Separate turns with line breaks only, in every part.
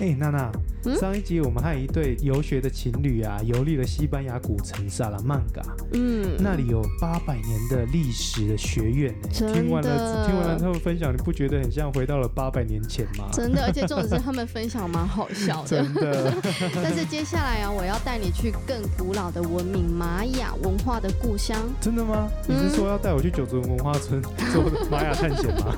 哎、娜娜，
嗯
上一集我们和一对游学的情侣啊，游历了西班牙古城萨拉曼嘎，
嗯，
那里有八百年的历史的学院呢、
真的
听完了，听完了他们分享，你不觉得很像回到了八百年前吗？
真的，而且重点是他们分享蛮好笑的。
真的，
但是接下来啊，我要带你去更古老的文明玛雅文化的故乡，
真的吗？你是说要带我去九族文化村 做玛雅探险吗？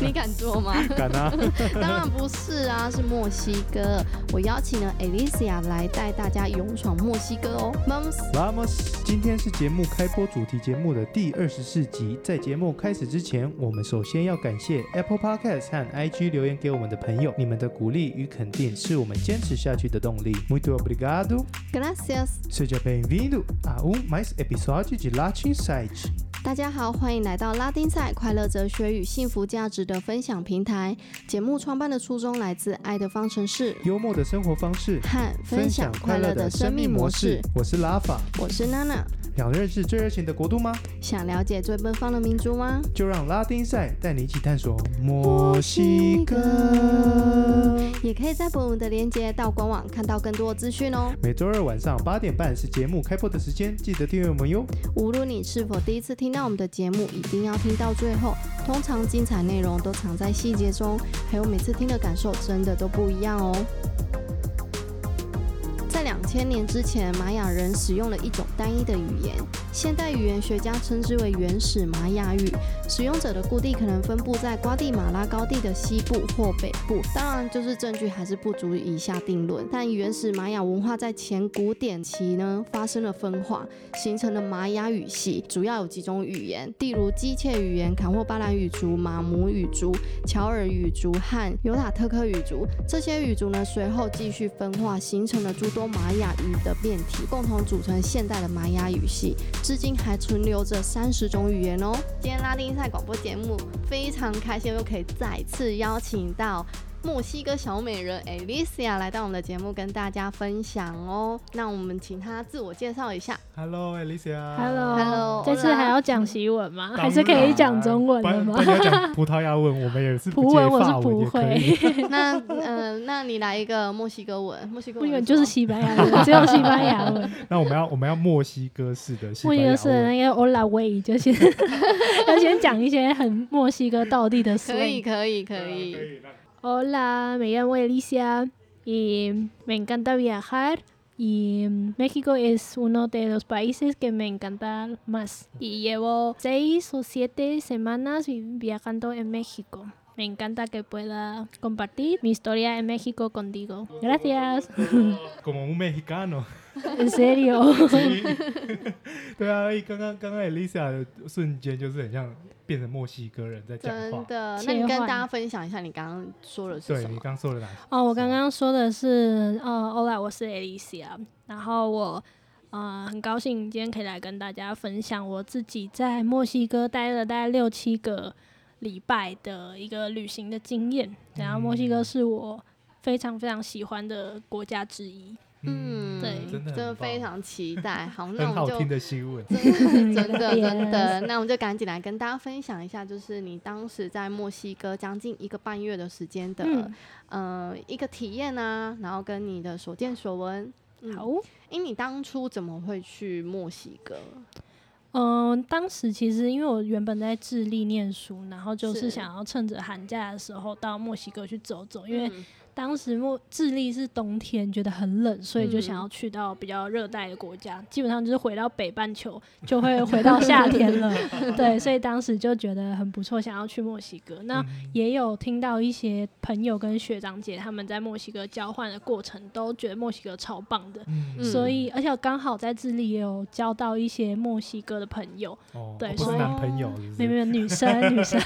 你敢做吗？
敢啊！
当然不是啊，是墨西哥。我邀请了 Alicia 来带大家勇闯墨西哥哦，Mums。
Vamos！今天是节目开播主题节目的第二十四集。在节目开始之前，我们首先要感谢 Apple Podcast 和 IG 留言给我们的朋友，你们的鼓励与肯定是我们坚持下去的动力。Muito obrigado!
Gracias。
Seja bem-vindo a um mais episódio de Latin Insight。
大家好，欢迎来到拉丁赛快乐哲学与幸福价值的分享平台。节目创办的初衷来自爱的方程式
幽默的生活方式，
和分享快乐的生命模式。。
我是拉法，
我是娜娜，
想认识最热情的国度吗？
想了解最奔放的民族吗？
就让拉丁赛带你一起探索墨西哥。
也可以在博文的连接到官网看到更多资讯哦。
每周二晚上八点半是节目开播的时间，记得订阅我们哟。
无论你是否第一次听到我们的节目，一定要听到最后。通常精彩内容都藏在细节中，还有每次听的感受真的都不一样哦。在两千年之前，玛雅人使用了一种单一的语言，现代语言学家称之为原始玛雅语。使用者的故地可能分布在瓜地马拉高地的西部或北部，当然就是证据还是不足以下定论。但原始玛雅文化在前古典期呢发生了分化，形成了玛雅语系，主要有几种语言，例如机械语言、坎霍巴兰语族、马姆语族、乔尔语族和尤塔特克语族。这些语族呢，随后继续分化，形成了诸多玛雅语的变体，共同组成现代的玛雅语系，至今还存留着三十种语言哦。今天拉丁赛广播节目非常开心，又可以再次邀请到墨西哥小美人 Alicia 来到我们的节目跟大家分享哦。那我们请她自我介绍一下。
Hello Alicia。
Hello，,
Hello，
这次还要讲西文吗？还是可以讲中文的吗
啊不？然不然你要讲葡萄牙文，我们也是不
葡
介
文我
法
是不
也可以。
会，
那呃，那你来一个墨西哥文，墨西哥
不
文
远
是
就是
什
西班牙文，只有 西班牙文。
那我们要我们要墨西哥式的西班
墨西
牙
哥
文
是那个 Ola Way，就是 要先讲一些很墨西哥道地的
么可以
slang。
啊
可以可以，
Hola, me llamo Alicia y me encanta viajar. Y México es uno de los países que me encanta más. Y llevo seis o siete semanas vi- viajando en México. Me encanta que pueda compartir mi historia en México contigo. Gracias.
como un mexicano。
En serio.
对啊，哎刚刚刚刚 Alicia 的瞬间就是很像变成墨西哥人在讲
真
话。
的。
切
那你跟
换
大家分享一下你刚刚说的是
对
什
你
么？
刚说了哪些？
哦，我刚刚说的是，呃，Hola，我是 Alicia，然后我，呃，很高兴今天可以来跟大家分享我自己在墨西哥待了大概六七个礼拜的一个旅行的经验。然后墨西哥
嗯
是我非常非常喜欢的国家之一。
嗯，
对
真的很
真的
棒
非常期待。 好，
很
那我
好听
们
的西文。嗯
就嗯真的真的
Yes
真的，那我们就赶紧来跟大家分享一下，就是你当时在墨西哥将近一个半月的时间的、
嗯，
呃一个体验啊，然后跟你的所见所闻。嗯
好，。
哎、你当初怎么会去墨西哥？
嗯，当时其实因为我原本在智利念书，然后就是
是
想要趁着寒假的时候到墨西哥去走走，因为
嗯
当时墨智利是冬天，觉得很冷，所以就想
嗯
要去到比较热带的国家。基本上就是回到北半球就会回到夏天 了，对，所以当时就觉得很不错，想要去墨西哥。那
嗯
也有听到一些朋友跟学长姐他们在墨西哥交换的过程，都觉得墨西哥超棒的。
嗯
所以，而且我刚好在智利也有交到一些墨西哥的朋友，
哦
对
哦不
所
是
以
男朋友，是不
没有
是
没有 女生女生，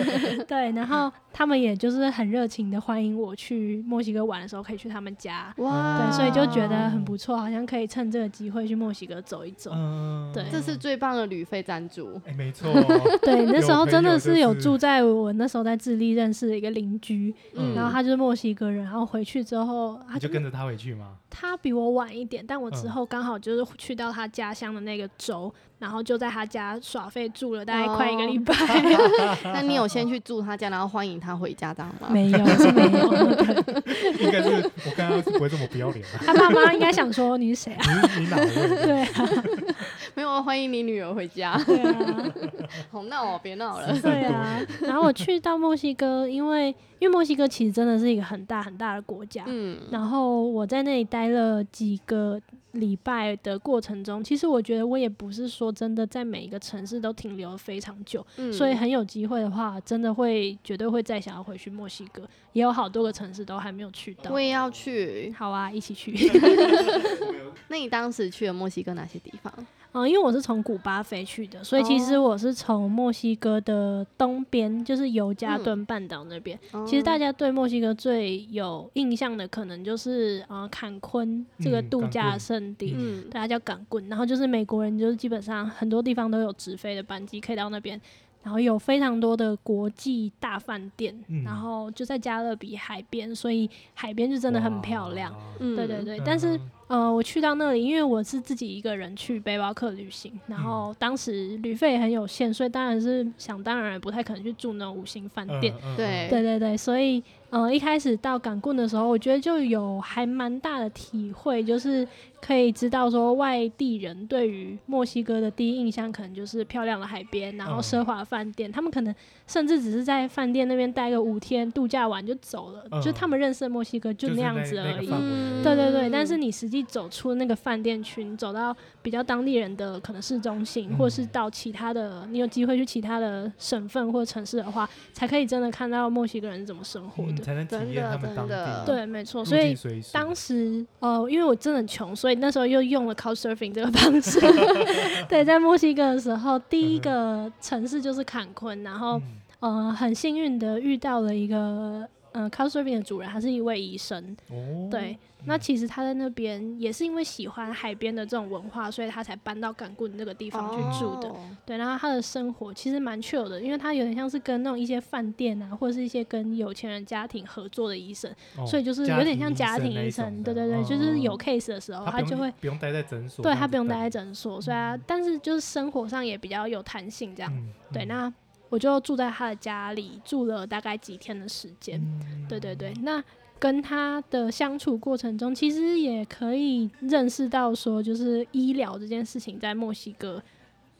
对，然后他们也就是很热情的欢迎我去墨西哥玩的时候可以去他们家，
哇，
对，所以就觉得很不错，好像可以趁这个机会去墨西哥走一走。
嗯，
对
这是最棒的旅费赞助。
哎，没错，
对，那时候真的是
有
有
朋友就是
住在我那时候在智利认识的一个邻居，
嗯
然后他就是墨西哥人，然后回去之后，他
你就跟着他回去吗？
他比我晚一点，但我之
嗯
后刚好就是去到他家乡的那个州，然后就在他家耍废住了大概快一个
哦
礼拜。
那你有先去住他家，然后欢迎他回家，这样吗？
没有是没有，
应该是我刚刚是不会这么不要脸啊，
他爸妈应该想说你是谁啊？
你你哪位？
对啊，
没有啊，欢迎你女儿回家。
对啊。
好闹哦，别闹了。
对啊，然后我去到墨西哥，因为因为墨西哥其实真的是一个很大很大的国家，
嗯，
然后我在那里待了几个礼拜的过程中，其实我觉得我也不是说真的在每一个城市都停留得非常久，
嗯
所以很有机会的话，真的会绝对会再想要回去墨西哥，也有好多个城市都还没有去到
我。也要去。
好啊，一起去。
那你当时去了墨西哥哪些地方？
嗯，因为我是从古巴飞去的，所以其实
哦
我是从墨西哥的东边，就是尤加
嗯哦
敦半岛那边。其实大
家
家对墨西哥最有印象的，可能就是呃坎昆这个
嗯
度
坎
假
昆
胜地，
嗯
嗯
对，它叫港棍。然后就是美国人，就是基本上很多地方都有直飞的班机可以到那边，然后有非常多的国际大饭店，
嗯
然后就在加勒比海边，所以海边 就真的很漂亮。
哇。
嗯
对对对，但是呃，我去到那里，因为我是自己一个人去背包客旅行，然后当时旅费也很有限，所以当然是想当然不太可能去住那种五星饭店。
嗯，嗯
对
对对对，所以呃一开始到港棍的时候，我觉得就有还蛮大的体会，就是可以知道说外地人对于墨西哥的第一印象可能就是漂亮的海边，然后
嗯
奢华饭店，他们可能甚至只是在饭店那边待个五天度假完就走了，
嗯
就他们认识的墨西哥就那样子而已。
嗯
对对对，
嗯
但是你实际走出那个饭店群，走到比较当地人的可能市中心，或是
嗯
到其他的，你有机会去其他的省份或城市的话，才可以真的看到墨西哥人是怎么生活
嗯
的。
才能体验他们当
真
地
的。
对，没错，
入
所以
境。随俗，
当时，呃，因为我真的很穷，所以那时候又用了 Couchsurfing 这个 方式。对，在墨西哥的时候，第一个城市就是坎昆，然后
嗯
呃，很幸运的遇到了一个呃 Couchsurfing 的主人，他是一位医生，
哦，
对，那其实他在那边也是因为喜欢海边的这种文化，所以他才搬到港棍那个地方去住的。
哦
对，然后他的生活其实蛮 chill 的，因为他有点像是跟那种一些饭店啊，或者是一些跟有钱人家庭合作的医生，
哦
所以就是有点像家庭医生。对对对，就是有 case 的时候，
他
他
不
就
用
会。
不用待在诊所，
对
这样
他
子
不用待在
带
诊所，所以他但是就是生活上也比较有弹性这样。
嗯
对，
嗯
那我就住在他的家里，住了大概几天的时间。
嗯
对对对，那跟他的相处过程中，其实也可以认识到说，就是医疗这件事情在墨西哥，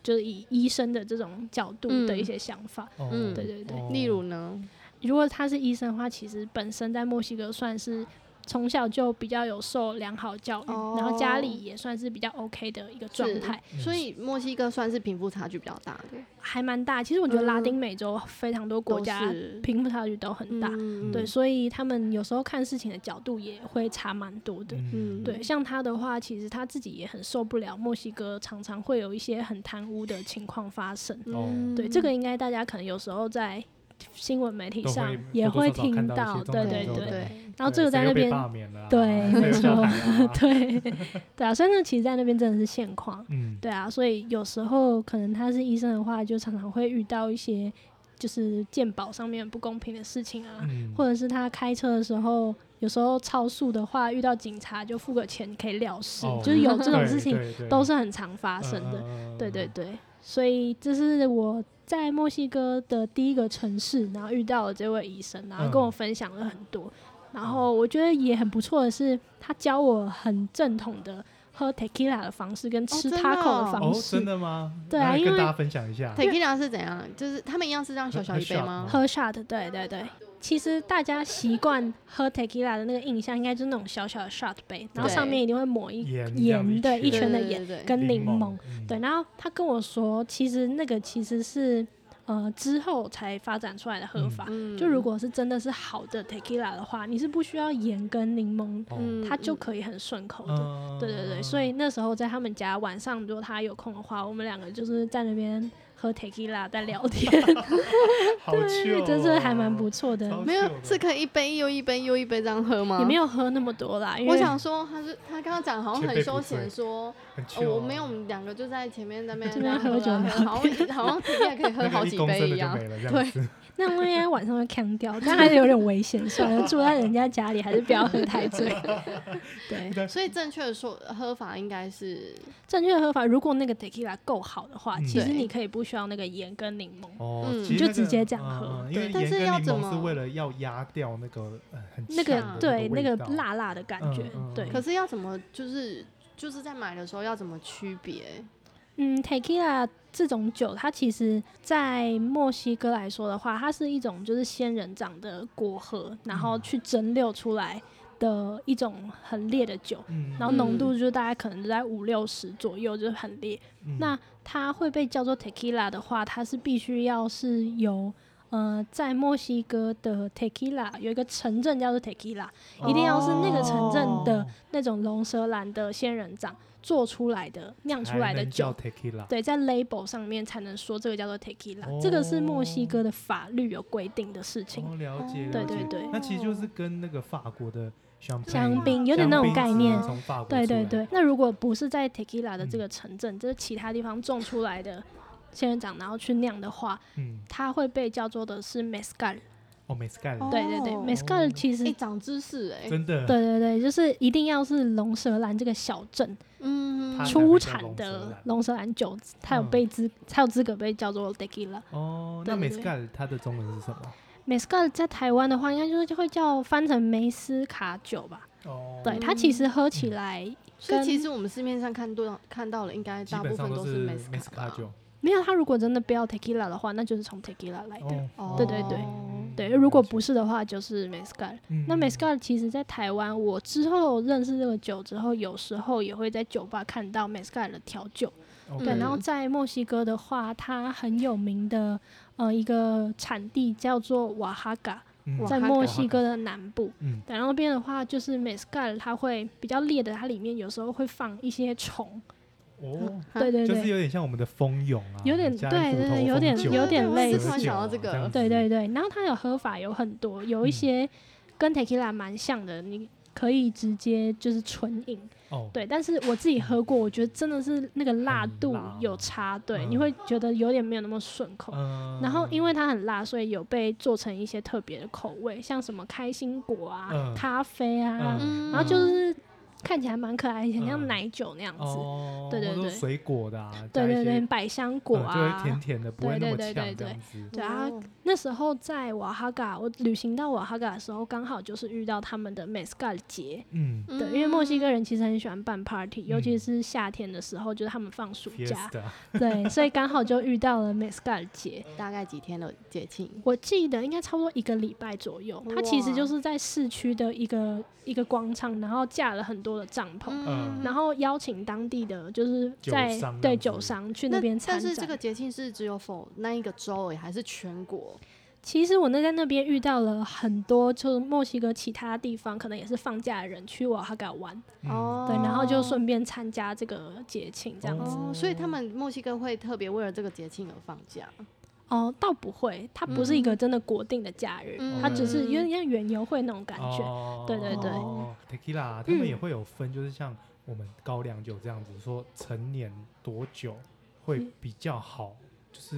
就是以医生的这种角度
嗯
的一些想法。
哦
嗯
对对对
哦
例如呢？
如果他是医生的话，其实本身在墨西哥算是。从小就比较有受良好教育，
哦
然后家里也算是比较 OK 的一个状
是
态，
嗯
所以墨西哥算是贫富差距比较大的
还蛮大。其实我觉得拉
嗯
丁美洲非常多国家贫富差距都很大，
嗯
对，所以他们有时候看事情的角度也会差蛮多的。
嗯
对，像他的话，其实他自己也很受不了墨西哥常常会有一些很贪污的情况发生。
哦
对，这个应该大家可能有时候在新闻媒体
都会
上
多
也
多
会
少少看
听
到一些
对
这
对
种
对
东西。
对，
然后这个在那边，
对啊谁又被罢免了啊，谁又下台了
对没错
啊
对对啊，所以呢，其实在那边真的是现况。
嗯，
对啊，所以有时候可能他是医生的话，就常常会遇到一些就是鉴宝上面不公平的事情啊，
嗯
或者是他开车的时候，有时候超速的话，遇到警察就付个钱可以了事，
哦
就是有这种
对
事情
对对
都是很常发
嗯
生的。
嗯
对对
嗯
对，所以这是我在墨西哥的第一个城市，然后遇到了这位医生，然后跟我
嗯
分享了很多。然后我觉得也很不错的是，他教我很正统的喝 tequila 的方式跟
真
吃
的
taco
哦
的方
哦，
式，
真的吗？
对啊
那
因
跟
为
大家分享一下
t，e q u i l a 是怎样？就是他们一样是这样小小一杯吗？
喝 shot，对对对。其实大家习惯喝 tequila 的那个印象，应该就是那种小小的 shot 杯，然后上
对
面一定会抹一
盐这样
盐对一
圈
圈的
对
盐
对对
跟柠檬。，
嗯
对，，然后他跟我说，其实那个其实是呃之后才发展出来的喝法。
嗯
就如果是真的是好的 tequila 的话，你是不需要盐跟柠檬，
嗯
哦
它就可以很顺口的。
嗯
嗯对对对，所以那时候在他们家晚上，如果他有空的话，我们两个就是在那边喝 tequila 在聊天，
好哦
对，真是还蛮不
错
错的。
没有是可以一杯又一杯又一杯这样喝吗？
也没。有喝那么多啦，因为
我想说，他是他刚刚讲好像很休闲，说
的，很
哦
chill
我
啊
们有我们两个就在前面那边
这边
啊
喝酒
啊
聊
好像好像 t e q 可以喝
那个
好
一
几
公升
杯
的
一
就
样
没。了这
对
样子，
那我应该晚上会呛掉，但还是有点 危险，算了，住在人家家里还是不要喝太醉。对，
所以正确的说喝法应该是
正确的喝法，如果那个 tequila 够好的话，
嗯
其实
对
你可以不需要那个盐跟柠檬，
哦，
嗯
其实
你
就
那个
直接这样喝
嗯因为
对但
盐
是
跟柠
要怎
檬是
么
为了要压掉那个呃很
那
呛
个
的
对那
那
个
味道
辣辣的感觉
嗯嗯嗯，
对。
可是要怎么就是就是在买的时候要怎么区别？
嗯，tequila 这种酒，它其实在墨西哥来说的话，它是一种就是仙人掌的果核，然后
嗯
去蒸馏出来的一种很烈的酒，
嗯
然后浓度就是大概可能就在五六十左右，就是很烈。
嗯
那它会被叫做 tequila 的话，它是必须要是由呃，在墨西哥的 tequila 有一个城镇叫做 tequila，一定要是那个城镇的
哦
那种龙舌兰的仙人掌做出来的酿出来
才
的
能叫，
酒
tequila，
对，在 label 上面才能说这个叫做 tequila，、
哦
这个是墨西哥的法律有规定的事情。
哦，了解，
哦
对
了
对
解
对
那其实就是跟那个法国的啊香啊
香槟有点那种概念
从法国
对对
出来，嗯
对，那如果不是在 tequila 的这个城镇，就是其他地方种出来的仙人掌，然后去酿的话，
嗯，
它会被叫做的是 mezcal。
哦，没事干了，
对对对
哦
，mezcal 其实、
哎、长知识哎、
真的，
对对对，就是一定要是龙舌兰这个小镇
嗯
它才
出
会叫
产
龙舌
的
兰
龙舌兰酒，它有
啊嗯
被资、才有资格被叫做 tequila。
哦，
对
那美
对
斯
对
干它的中文是什么？
mezcal 在台湾的话，应该就是会叫翻成梅斯卡酒吧。
哦，
对，它其实喝起来
所以其
跟
实我们市面上看到看到了，应该
基
大
本
部
上
分
都
是啊
是美斯卡
卡吧
酒，
没有它，如果真的不要 tequila 的话，那就是从 tequila 来的。
哦
对对对
嗯
对，如果
了解
不是的话，就是 mezcal。
嗯
那
嗯
mezcal 其实在台湾，我之后认识这个酒之后，有时候也会在酒吧看到 mezcal 的调酒。
OK
对，
嗯
然后在墨西哥的话，它很有名的呃一个产地叫做瓦哈嘎，
嗯
哇
在墨西哥的南部。
嗯
对，然后那边的话就是 mezcal，它会比较烈的，它里面有时候会放一些虫。
哦，
哈
嗯对对
就
对，
是有点像我们的蜂蛹啊，
有点
加
对
虎
对
头
有
蜂
点
酒
有
啊
点类
蛇
似
突然
酒
想
啊
到这个
样子
对对对，然后它的喝法有很多，有一
嗯
些跟 tequila 蛮像的，你可以直接就是纯饮。
哦，
对，但是我自己喝过，我觉得真的是那个辣
很
度
辣哦
有差，对，你
嗯
会觉得有点没有那么顺口。
嗯，
然后因为它很辣，所以有被做成一些特别的口味，像什么开心果啊、
嗯
咖啡啊，
嗯
然后就是看起来蛮可爱，很像
嗯
奶酒那样子。
哦，
对对
都是
对
水果的啊，
对
加一些
对对，百香果
嗯就
啊
会，甜甜的，不会那
对
么
对对
呛
对
这样子。
对啊
哦
那时候在瓦哈嘎，我旅行到瓦哈嘎的时候，刚好就是遇到他们的 mezcal 节。
嗯
对，因为墨西哥人其实很喜欢办 party，、尤其
嗯
是夏天的时候，就是他们放暑假，
，Fiesta，
对，所以刚好就遇到了 mezcal 节。
嗯大概几天的节庆，
我记得应该差不多一个礼拜左右，它其实
哇
就是在市区的一个一个广场，然后架了很多的帐篷，
嗯
然后邀请当地的就是在
酒商这样
对
子
酒商去那边参
但
展。
是这个节庆是只有否那一个州而已，还是全国？
其实我那在那边遇到了很多，就是墨西哥其他地方可能也是放假的人去瓦哈嘎玩，
嗯
哦
对，然后就顺便参加这个节庆这样子。
哦，所以他们墨西哥会特别为了这个节庆而放假。
哦，倒不会，它不是一个真的国定的假日，
嗯
它只是有点像园游会那种感觉。
哦
对对
对
哦，Tequila 他们
嗯
也会有分，就是像我们高粱酒这样子，说成年多久会
嗯
比较好，就是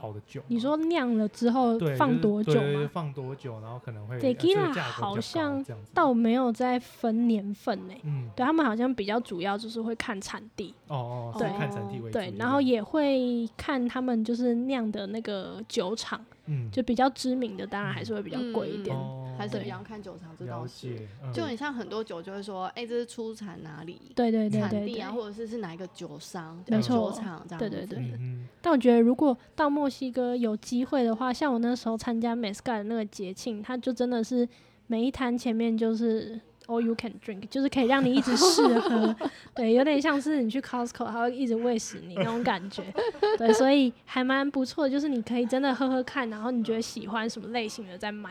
好的酒嘛。
你说酿了之后
对，就
放
是
多久
对对对
吗？
放多久，然后可能会呃这个
Tequila
价格比较
好
高
像
这样子。
倒没有在分年份呢、
嗯，
对他们好像比较主要就是会看产地，
哦哦，
对
是看产地为主。
对，
不
然后也会看他们就是酿的那个酒厂，
嗯，
就比较知名的，当然还是会比较贵一点。
嗯
哦
还是
对
比较看酒厂，这倒
了
是。
解，嗯
就很像很多酒就会说，哎、这是出产哪里，
对对对
产
对
地
对
啊，，或者是是哪一个酒商、
没
呃
错
酒厂这样
对
子。
对对。
嗯
但我觉得如果到墨西哥有机会的话，像我那时候参加 Mescal 的那个节庆，它就真的是每一摊前面就是 all you can drink，就是可以让你一直试 喝，对，有点像是你去 Costco，它会一直喂食你那种感 觉，对，所以还蛮不错的，就是你可以真的喝喝看，然后你觉得喜欢什么类型的再买，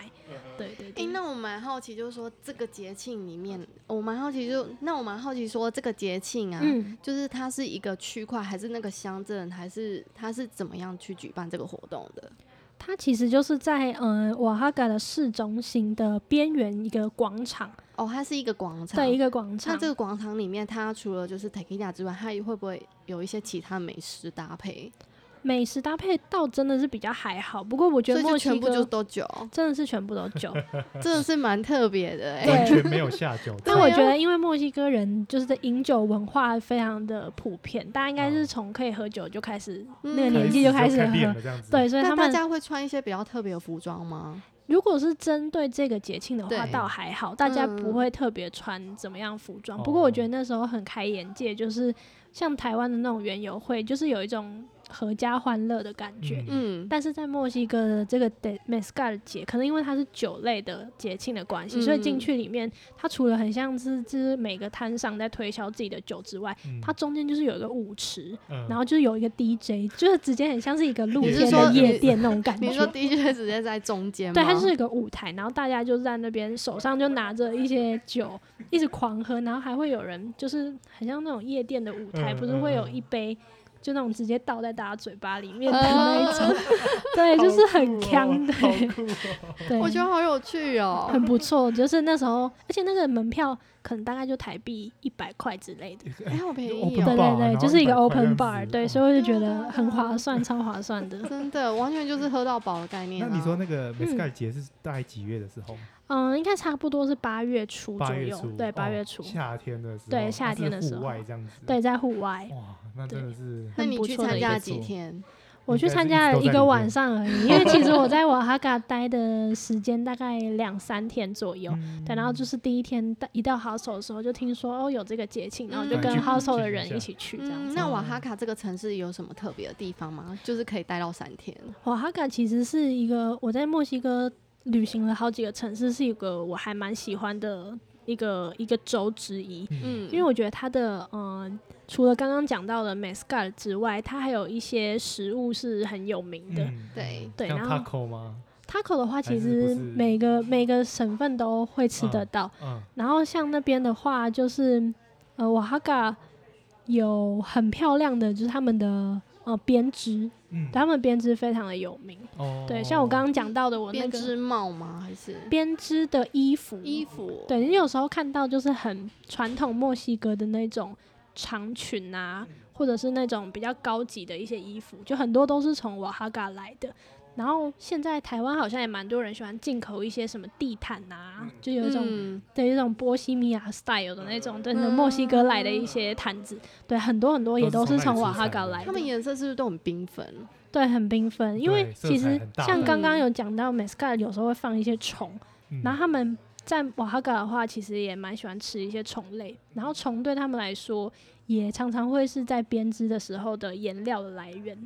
对对
哎、
对。
那我蛮好奇，就是说这个节庆里面，我蛮好奇就，那我蛮好奇说这个节庆啊，
嗯，
就是它是一个区块，还是那个乡镇，还是它是怎么样去举办这个活动的？
它其实就是在呃瓦哈嘎的市中心的边缘一个广场，
哦，它是一个广场。
对，一个广场。
那这个广场里面，它除了就是 tequila 之外，它会不会有一些其他美食搭配？
美食搭配倒真的是比较还好，不过我觉
所
得
以
墨
就
西
全部就
哥
都酒，
真的是全部都 酒。
真的是蛮特别的哎、
对
完全没有下酒菜。
但我觉
啊
得，因为墨西哥人就是在饮酒文化非常的普遍，大家应该是从可以喝酒就开始，
嗯
那
开
个年
始
纪就开始
练
喝。
了这样子。
对，所以
那
他
大
们
家会穿一些比较特别的服装
嗯
吗？
如果是针对这个节庆的话，
对
倒还好，大家不
嗯
会特别穿怎么样服装。
哦
不过我觉得那时候很开眼界，就是像台湾的那种园游会，就是有一种合家欢乐的感觉。
嗯，
嗯，
但是在墨西哥的这个 De Mezcal 节，可能因为它是酒类的节庆的关系，所以进
嗯
去里面，它除了很像是就是每个摊上在推销自己的酒之外，
嗯
它中间就是有一个舞池，
嗯
然后就是有一个 DJ，就是直接很像是一个露
你是
天
说
的夜
你
店那种感觉。
你说 DJ 直接在中间吗？
对，它就是一个舞台，然后大家就在那边手上就拿着一些酒，一直狂喝，然后还会有人就是很像那种夜店的舞台，
嗯
不是会有
嗯
一杯。就那种直接倒在大家嘴巴里
嗯
面的那一种， 对，就是很强的，
哦好酷哦
对，
我觉得好有趣哦。
很不错。就是那时候，而且那个门票可能大概就台币一百块之类的，
哎、好便宜
有
对
哦！
对
bar，然后
对，就是一个
100块这
open
样子
bar，对，
哦
所以我就觉得
嗯
很划算，超划算的。
真的，完全就是喝到饱的概念、
那
啊。
你说那个 m e s c a 节是大概几月的时候？
嗯，应该差不多是八月初
八
左
月
右
初，，
对，八
哦
月初，
夏天的时候，
对
它
夏
是
天的时
户
候
外这样子，
对，，在户外。
哇，那真的是
那
很
你
不
去
错的
参
一
加
个
了
做
几天？
我去
应该
参
是一直
加
都
了一
在
个
里
晚
面
上 而已，因为其实我在瓦哈嘎待的时间大概两三天左右。
嗯
对，然后就是第一天到一到 hostel 的时候，就听说哦有这个节庆，然后就
嗯
跟
去
hostel 的
去一
人
下
一起去这样
嗯，
子。
那瓦哈卡这个城市有什么特别的地方吗？就是可以待到三天。
瓦哈嘎其实是一个我在墨西哥旅行了好几个城市，是一个我还蛮喜欢的一个一个州之一。
嗯，
嗯，
因为我觉得它的嗯、呃除了刚刚讲到的 m e s c a l 之外，它还有一些食物是很有名的。
嗯
对
对
像
然后
taco 吗？
taco 的话，
还
其
是不是
实每个每个省份都会吃得到。
嗯，
然后像那边的话，就是呃，瓦哈嘎有很漂亮的，就是他们的呃编织，
嗯
他们编织非常的有名。
哦，
对，像我刚刚讲到的，我那
编织
个
帽吗？还是
编织的衣服，
衣服？
对你有时候看到就是很传统墨西哥的那种长裙啊，
嗯
或者是那种比较高级的一些衣服，就很多都是从瓦哈嘎来的。然后现在台湾好像也蛮多人喜欢进口一些什么地毯啊，就有一种、
嗯
对一种波西米亚 style 的那种，真的墨西哥来的
嗯
一些毯子，对，很多很多也都是从瓦哈嘎来
他
的
们，颜色是不是都很缤纷？
对，很缤纷。因为
对色彩
其实
很大
像
的
刚刚有讲到 m e s c a 有时候会放一些虫，
嗯
然后他们在瓦哈嘎的话，其实也蛮喜欢吃一些虫类，然后虫对他们来说也常常会是在编织的时候的颜料的来源。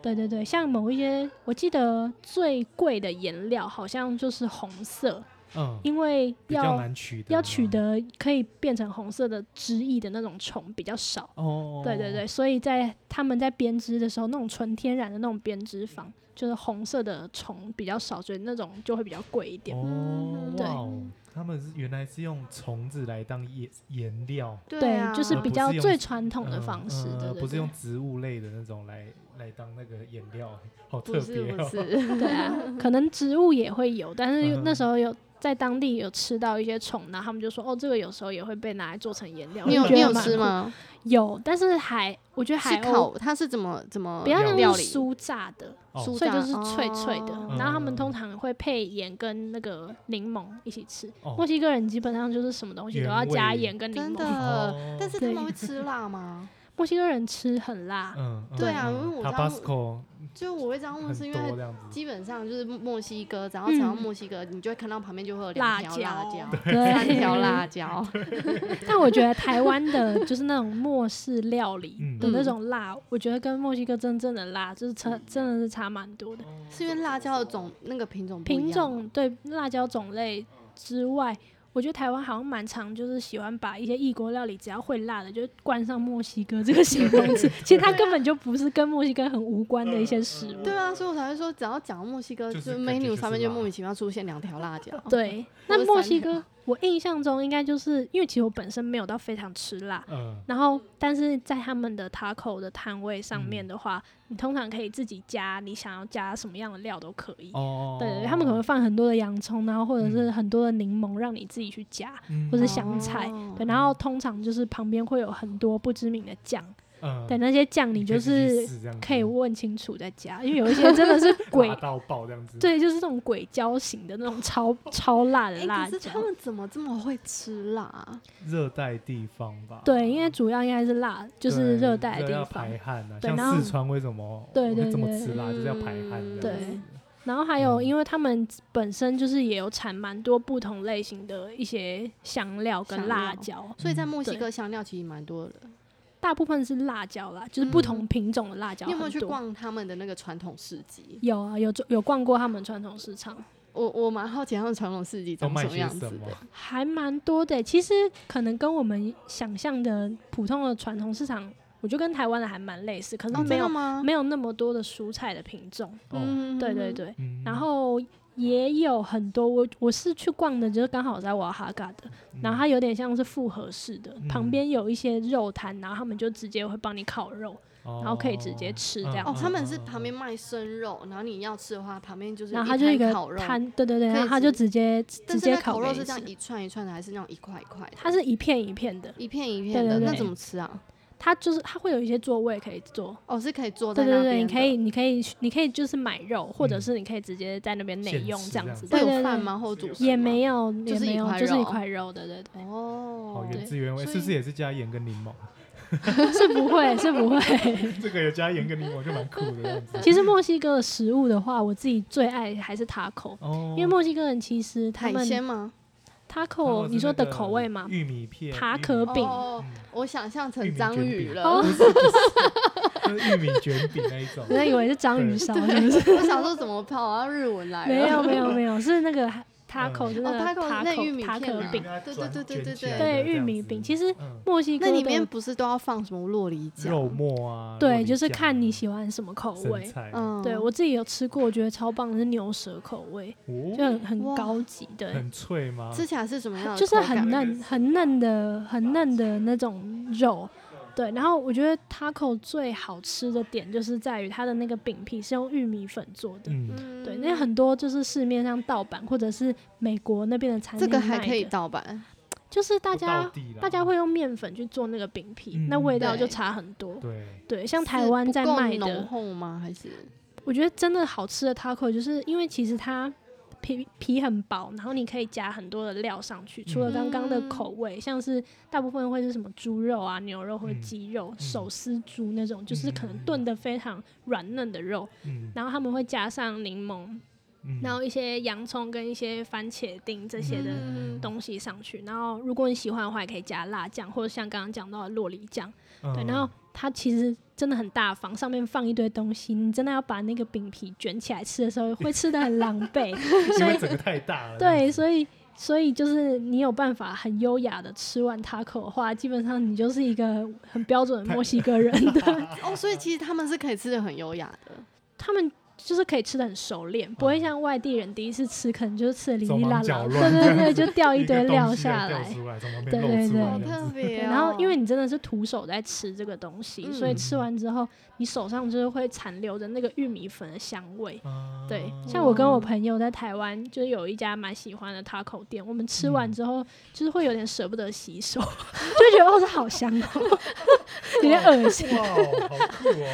对对对，像某一些，我记得最贵的颜料好像就是红色，
嗯，
因为
比较
要
难取得，
要取得可以变成红色的汁液的那种虫比较少。
哦，
对对对，所以在他们在编织的时候，那种纯天然的那种编织坊，就是红色的虫比较少，所以那种就会比较贵一点。
哦，
嗯对
哇哦，他们是原来是用虫子来当颜颜料，
对
啊，，
就是
而
比
不
较
是用
最传统的
嗯
方式，
嗯
对
呃
对
不是
对
用植物类的那种来来当那个颜料，好特
不是
别
不
哦。
是，
对啊，可能植物也会有，但是
嗯
那时候有在当地有吃到一些虫，然后他们就说哦，这个有时候也会被拿来做成颜料。
你有
我觉得
你有
蛮
吃
酷？
吗？
有，但是还我觉得
是
还 O，
烤，它是怎么怎么
比较
料
像
理
是酥炸的，
哦
酥
所以
炸
就是脆脆的。
哦
然后他
嗯
们通常会配盐跟那个柠檬一起吃。
哦
墨西哥人基本上就是什么东西都要
原味
加盐跟柠
真
檬。
的
哦，
但是他们会吃辣 吗？
墨西哥人吃很
哦
辣，
嗯，嗯
对啊
嗯
因为我知道
Tabasco
就我会这
嗯
样问，
很
是因
多这
为
样子，
基本上就是墨西哥，只要讲到墨西哥，你就会看到旁边就会有两条
辣
嗯辣
椒
椒、
对
三条辣 椒，
但我觉得台湾的就是那种末世料理
嗯
的那种辣，我觉得跟墨西哥真正的辣就是差，真的是差蛮多的。
是因为辣椒的种那个品种不一样
品种对辣椒种类之外，我觉得台湾好像蛮常就是喜欢把一些异国料理只要会辣的，就冠上墨西哥这个形容词。其实它根本就不是跟墨西哥很无关的一些食物。
对啊，所以我才会说，只要讲到墨西哥，
就
就是是
感觉就
menu
是
上面就
辣
莫名其妙出现两条辣椒。
对，
或
那
者
墨
三
西
条
哥我印象中应该就是因为其实我本身没有到非常吃辣，
嗯，
然后，但是在他们的 taco 的摊位上面
嗯
的话，你通常可以自己加你想要加什么样的料都可以。
哦，
对对对，他们可能会放很多的洋葱，然后或者是很多的柠檬，让你自己去加，
嗯
或是香菜。
哦
对，然后通常就是旁边会有很多不知名的酱，
嗯，
对，那些酱你就
你可以自己
是
试这样子
可以问清楚再加，因为有一些真的是鬼
辣，到爆这样子，，
对，就是那种鬼椒型的那种超超辣的
哎、
辣
可是
椒
他。们怎么这么会吃辣啊？
热带地方吧？
对，因为主要应该是辣，就是热带的
嗯要
地方。
排汗啊，
对
像
然后
四川为什么
对对
会这么
对
吃辣，就是要排汗
嗯
这样子
对。然后还有，
嗯
因为他们本身就是也有产蛮多不同类型的一些香料跟
香
辣
料
椒，
所
嗯
以在墨西
嗯对
哥香料其实蛮多的。
大部分是辣椒啦，
嗯
就是不同品种的辣椒
你
很
有
多。
没有去逛他们的那个传统市集？
有啊，有有逛过他们传统市场，
我我蛮好奇他们传统市集
要
长
卖
什么
些
样子
什
的
么？。哦
还蛮多的欸。其实可能跟我们想象的普通的传统市场，我觉得跟台湾的还蛮类似，可是
哦，
没
真
有、
的吗？
没有那么多的蔬菜的品种。
哦，
嗯，
对对对，
嗯
然后也有很多，我我是去逛的，就是刚好在瓦哈嘎的，
嗯
然后它有点像是复合式的，旁边有一些肉摊，然后他们就直接会帮你烤肉，
然
然后可以直接吃这样
哦，他们
嗯
是旁边卖生肉，然后你要吃的话，旁边就是
然后
它
它就一个
烤肉，
摊，对对对，
可以
然后它就直接
但
直
是
接
那烤
给
肉
你
是这
吃
样一串一串的，还是那种一块一块的？
它是一片一片的，
一片一片的，
对对
那
对
怎么吃啊？
它就是它会有一些座位可以坐。
哦，是可以坐在
对
那
对
边的，
对，你可以，你可以，你可以就是买肉，或者
嗯
是你可以直接在那边内
现
用
吃
这
这
样
样子
子。
嗯会
对对
有饭
对，
吗？或者主食
也
吗
没有，
就
也
是一
没有，
块
就是一
肉
块肉。对对 对，
哦
哦，
对
原汁原味，
所
是不是
以
也是加盐跟柠 檬？
是不会，是 不会。
这个有加盐跟柠檬就蛮酷的这 样子。
其实墨西哥的食物的话，我自己最爱还是 taco，
哦
因为墨西哥人其实他
海
们
鲜吗？
哦
taco 你说的口味嘛，
玉米片、嗯
塔
玉米
可饼
哦，我想象
玉
成
米
章
卷
鱼
饼
了。
就是玉米卷饼那一种
哦我。在以为是章鱼烧，是 不是？
我想说怎么跑到日文来了？
没 有没有没有，是那个 taco 就是
哦
那个
，taco 那玉
taco
米
塔
片
可
啊
饼，
对
对对对对对
对玉米饼。其实墨西哥
那里
的
面不是都要放什么洛梨
嗯肉
酱？
末啊，
对，就是看你喜欢什么口
欢
味。
嗯，
嗯，
对我自己有吃过，我觉得超棒，是牛舌口味，就
哦，
很很
哇
高级，对。
很脆吗？
吃起来是什么样的口感？
就是很嫩、很嫩的、很嫩的那种肉。对，然后我觉得 taco 最好吃的点就是在于它的那个饼皮是用玉米粉做的。
嗯，
嗯。
对，那很多就是市面上盗版或者是美国那边的餐
这
厅
个
卖
还
的
可以盗版，
就是大
不到
家
地啦
大家会用面粉去做那个饼皮，
嗯
那味道
对
就差很多。
对，
对，像
是
台湾
不
在
够
卖
浓
的，
厚吗？还是
我觉得真的好吃的 taco，就是因为其实它皮皮很薄，然后你可以加很多的料上去，除了刚刚的
嗯
口味，像是大部分会是什么猪肉啊、牛肉或者
嗯
鸡肉、手撕猪那种，就是可能炖的非常软嫩的肉，
嗯
然后他们会加上柠檬，
嗯，
然后一些洋葱跟一些番茄丁这些的。
嗯
东西上去，然后如果你喜欢的话，也可以加辣酱，或者像刚刚讲到的洛梨酱。
嗯
嗯
对，然后它其实真的很大方，上面放一堆东西，你真的要把那个饼皮卷起来吃的时候，会吃的很狼狈。
因为整个太大了，
对，所以所以就是你有办法很优雅的吃完 taco 的话，基本上你就是一个很标准的墨西哥人的，
哦，所以其实他们是可以吃的很优雅的，
他们。就是可以吃的很熟练，不会像外地人第一次吃，可能就是吃的哩
手
哩啦
忙
啦，
脚
对
乱这
对
样
对，
子
就掉
一
一
个
堆
东西
料
这
下
样
来
掉。出来，从旁
对
边
对
露出
对
来
好
这样
特
子，
别
对
哦。
然后因为你真的是徒手在吃这个东西，所以
嗯
吃完之后，你手上就是会残留着那个玉米粉的香味。
啊
对，像我跟我朋友在台湾，就是有一家蛮喜欢的 taco 店，我们吃
嗯
完之后，就是会有点舍不得洗手， 就觉得哦，这好香哦， 有点恶心。
哇哦，好酷哦！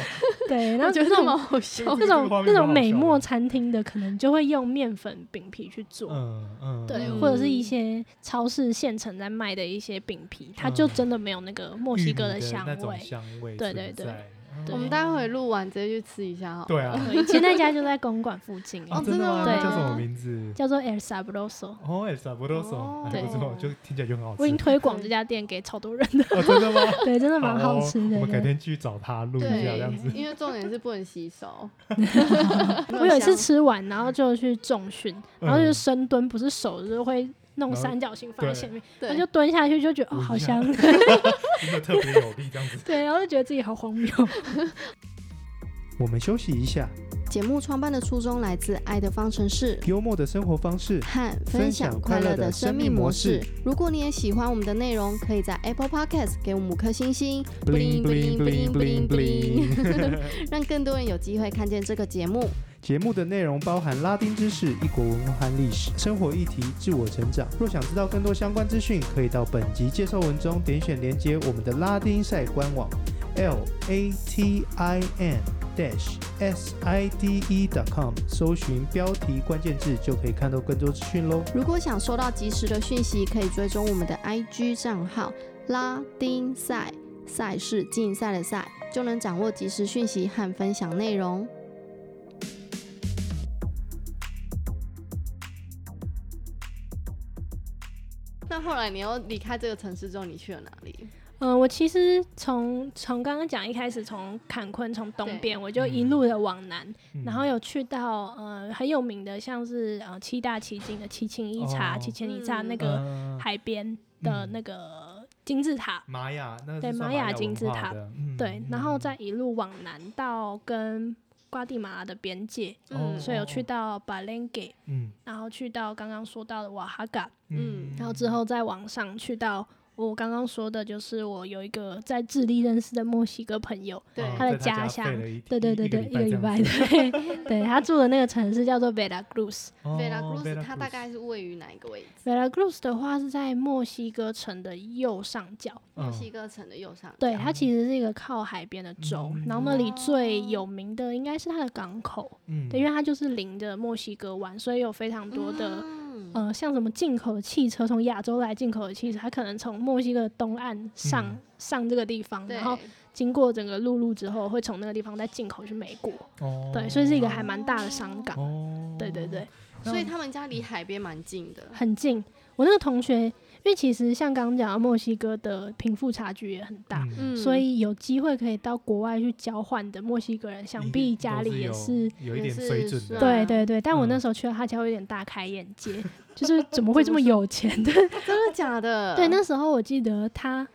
对，然后
我觉得
那
蛮
种
好笑
这个
那种
画面
那
蛮
种
好
美
笑的
墨餐厅的，可能就会用面粉饼皮去做。
嗯嗯，
对，
嗯
或者是一些超市现成在卖的一些饼皮，它就真的没有那个墨西哥
嗯玉米的
香
那种
味。
香味
对
存在，
对对
嗯
对
我们待会录完直接去吃一下好。
对啊，
对，其实那家就在公馆附 近，
啊
哦
真
真的
吗？
吗
那
对
叫什么名字？
叫做 El Sabroso。
哦，也是不多说，
哦
还不错，就听起来就很好吃。
我已经推 广这家店给超多人的，
哦，真的吗？
对，真的 蛮好吃
哦
的。
我们
对
改天去找他录一下这样子。
对，因为重点是不能洗 手。
我有一次吃完，然后就去重训，然后就是深蹲，不是手就是会弄
嗯然后
三角形放在前面，
对，
然后就蹲下去就觉得哦
闻一
好
下
香，
真的特别有力这样子。
对，然后就觉得自己好荒谬。
我们休息一下，
节目创办的初衷来自爱的方程式。
幽默的生活方式。
和分享快乐的生命模式。如果你也喜欢我们的内容，可以在 Apple Podcast 给我们五颗星星
Bling bling bling bling bling。
让更多人有机会看见这个节目。
节目的内容包含拉丁知识、异国文化和历史、生活议题、自我成长。若想知道更多相关资讯，可以到本集介绍文中点选连接我们的拉丁赛官网 L A T I N dash S I D E dot com，搜寻标题关键字就可以看到更多资讯喽。
如果想收到及时的讯息，可以追踪我们的 IG 账号拉丁赛赛事竞赛的赛，就能掌握及时讯息和分享内容。那后来你又离开这个城市之后，你去了哪里？
嗯，我其实从从刚刚讲一开始，从坎昆从东边，我就一
嗯
路的往南，
嗯
然后有去到呃很有名的，像是呃七大奇景的七情一茶、
哦
七千一茶
嗯
那个
呃
海边的
嗯
那个金字塔，
玛雅那是
对
算
玛
玛
雅
雅
金
文
字
化
塔
的，嗯
对，然后
嗯
再一路往南到跟瓜地马拉的边界，
哦
所以有去到 Balengue，
嗯
然后去到刚刚说到的瓦哈嘎，
嗯
然后之
哦
后再往上去到。我刚刚说的就是我有一个在智利认识的墨西哥朋友，
对
哦
他的
在
家
家
乡
废了一
对对对对，
一
一
个
个
礼
礼
拜
拜，对对，他住的那个城市叫做哦 Veracruz。
贝
贝
拉
拉
格
克
鲁
鲁
斯
斯，
它大概是位于哪一个位置？
Veracruz 的话是在墨西哥城的右上角，
墨
嗯
西哥城的右上角。
对，它其实是一个靠海边的州，
哦嗯
然后那里最有名的应该是它的港口，
嗯
对，因为它就是临着墨西哥湾，所以有非常多的。
嗯
呃，像什么进口的汽车，从亚洲来进口的汽车，它可能从墨西哥的东岸上、
嗯
上这个地方，
对
然后经过整个陆路之后，会从那个地方再进口去美国。
哦
对，所以是一个还蛮大的商港。
哦
对对对，
所以他们家离海边蛮近的。
很近。我那个同学，因为其实像刚刚讲，的，墨西哥的贫富差距也很大，
嗯
嗯，
所以有机会可以到国外去交换的墨西哥人，想
一
必
定
家
都
里
嗯
也
有
是。
有一
也
点
是
水准
算
的，
对对对，但我那
嗯
时候去了他家，有点大开眼界，就是怎么会这么有钱？对
真的假的？
对，那时候我记得他，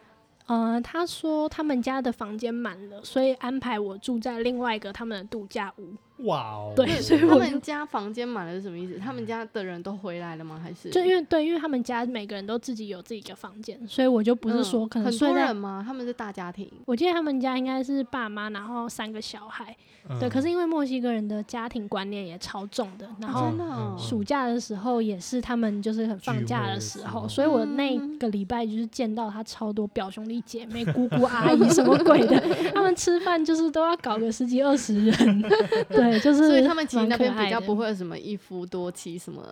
呃，他说他们家的房间满了，所以安排我住在另外一个他们的度假屋。
哇哦，
对 所以
他
我
们家房间满了是什么意思？他们家的人都回来了吗？还是
就因为对，因为他们家每个人都自己有自己的房间，所以我就不是
嗯
说可能
很
睡
多
在
人吗？他们是大家庭。
我记得他们家应该是爸妈，然后三个小孩。
嗯
对，
嗯
可是因为墨西哥人的家庭观念也超重的，然后
真的哦
暑假的时候也是他们就是很放假的
聚
时
会的时
候，
候
所以我那个礼拜就是见到他超多表兄弟姐妹、姑姑阿姨什么鬼 的，他们吃饭就是都要搞个十几二 十人，对，就是
所以他们其实那边
蛮可爱
比较
的
不会有什么一夫多妻什么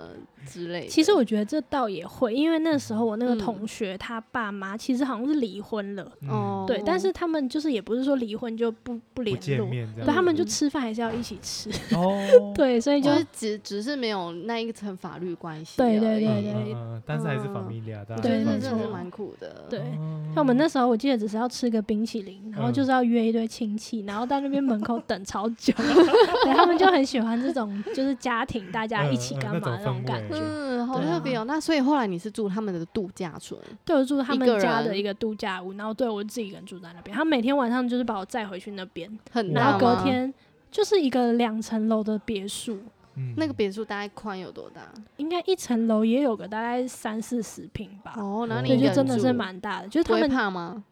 之类的。
其实我觉得这倒也会，因为那时候我那个
嗯
同学、他爸妈其实好像是离婚了，
嗯
哦，
对，但是他们就是也不是说离婚就不不
不
联
见
络，
面这
对，他
样，
们就吃饭还是要一起吃。
哦，
对，所以就
就是是只只是没有那一层法律关系而
对
已。
对对
嗯嗯嗯但是还是
嗯
familia，大家
对
对，
没
那
还
真
是
的是
familia
蛮苦的。
对
哦
像我们那时候，我记得只是要吃个冰淇淋，然后
嗯
就是要约一堆亲戚，然后到那边门口等超久。 对，他们就很喜欢这种，就是家庭大家一起干
嗯
嘛
嗯
那
那
种
种
感
氛
觉。
围
啊
嗯，好
对啊
特别哦。那所以后来你是住他们的度假村，
对，我住他
一
们
个
家
人
的一个度假屋，然后对我自己一个人住在那边。他每天晚上就是把我载回去那边，
很
然
大
后
吗
隔天就是一个两层楼的别墅，
嗯
那个别墅大概宽有多大？
应该一层楼也有个大概三四十平吧。
哦，然后你
对，
一个人
就真的是
住
蛮大的，就是
不
他
会
们
怕吗？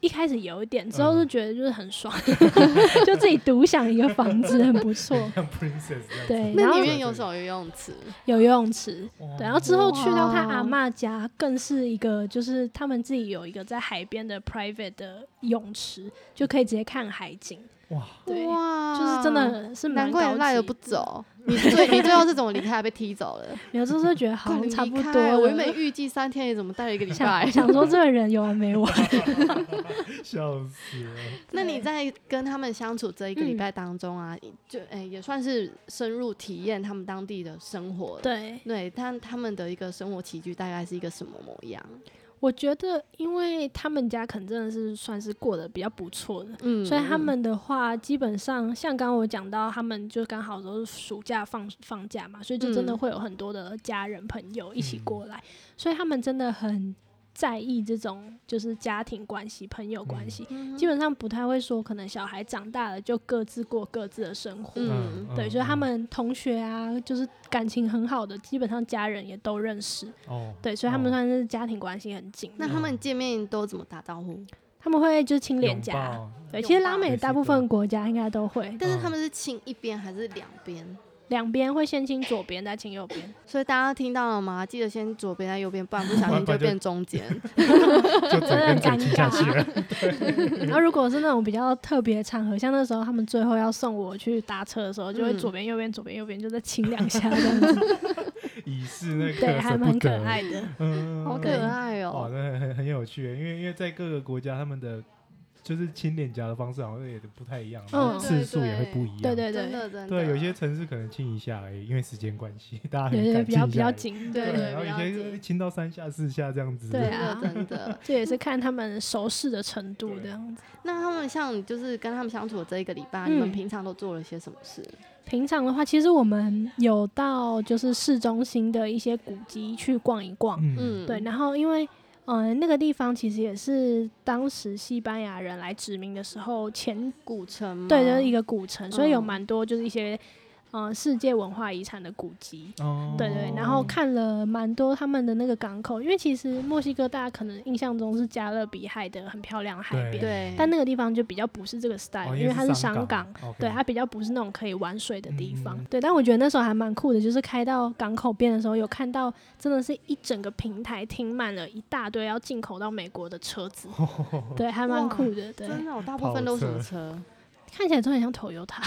一开始有一点，之后
嗯
就觉得就是很爽， 就自己独享一个房子，很不错。
像 princess 这样子，
对，然
那
后
里面有什么游泳池？
有游泳池，
哇
对，然后之后去到他
哇
阿嬷家，更是一个就是他们自己有一个在海边的 private 的泳池，就可以直接看海景，
哇，
对，
哇
就是真，的是蛮
难怪
高
你赖着
级
不， 走。你最你最后是怎么离开？被踢走了？
没有，就是觉得 好
快
像
点
差
离
不
开
多
我
了
原本预计三天，你怎么待了一个礼拜
想？想说这个人有完没完，
笑死了，
那你在跟他们相处这一个礼
嗯
拜当中啊，就诶、也算是深入体验他们当地的生活。
对。
对，但他们的一个生活起居大概是一个什么模样？
我觉得，因为他们家可能真的是算是过得比较不错的，
嗯
所以他们的话，基本上像刚刚我讲到，他们就刚好都是暑假放放假嘛，所以就真的
嗯
会有很多的家人朋友一起过来，所以他们真的很在意这种就是家庭关系、朋友
嗯
关系，基本上不太会说可能小孩长大了就各自过各自的生活。
嗯
对，就是他们同学啊，就是感情很好的，基本上家人也都认识。
哦，
对，所以他们
哦
算是家庭关系很紧密。
那他们见面都怎么打招呼？
他们会就是亲脸
拥
颊，
抱
对，
拥
其实
抱
拉美
对
大
习
部
惯
分国家应该都会，
但是
嗯
他们是亲一边还是两边？
两边会先亲左边，再亲右边。
所以大家听到了吗？记得先左边再右边，不然不小心就变中间。
就 嘴跟嘴亲下去了。
然后如果是那种比较特别的场合，像那时候他们最后要送我去搭车的时候，就会
嗯
左边右边左边右边就再亲两下这样子，
以示 那个
对，还
舍不
蛮可
得
爱的。
嗯，
好可爱
哦，
哦、
那很很有趣耶，因为因为在各个国家他们的就是亲脸颊的方式好像也不太一样，然后
嗯
次数也会不一样。
对对
真
对，
的真的。
对，有些城市可能亲一下而已，因为时间关系，大家
对
啊很敢
对比
亲
较
一
比
下而
较
已。
紧，
对，
对
对，
然后有
比较
些
紧
亲到三下四下这样子。
对
真
啊
的真 的。
这也是看他们熟识的程度这样子。
那他们像就是跟他们相处的这一个礼拜，
嗯
你们平常都做了些什么事？
平常的话，其实我们有到就是市中心的一些古迹去逛一逛，
嗯，
嗯，
对，，然后因为嗯、呃那个地方其实也是当时西班牙人来殖民的时候前
古城吗
对就是一个古城，所以有
嗯
蛮多就是一些嗯、呃世界文化遗产的古迹。
哦
对对，然后看了蛮多他们的那个港口，因为其实墨西哥大家可能印象中是加勒比海的很漂亮的海边，
对，
但那个地方就比较不是这个 style，、
哦
因为它是商
港
港，，
OK
对，它比较不是那种可以玩水的地方。
嗯嗯嗯嗯
对，但我觉得那时候还蛮酷的，就是开到港口边的时候，有看到真的是一整个平台停满了一大堆要进口到美国的车 子，对，还蛮酷的。对，
真的、哦，大部分都是什么车？
看起来都很像 Toyota，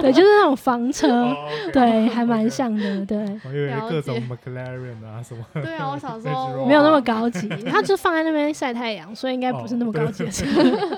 对， 就是那种房车，
哦，OK
对，还蛮像的，对。
我以为
了
各
解
种 McLaren 啊什么，
对啊，我想
Range
说
Rover
没有那么高级，它就放在那边晒太阳，所以应该不是那么高级的车。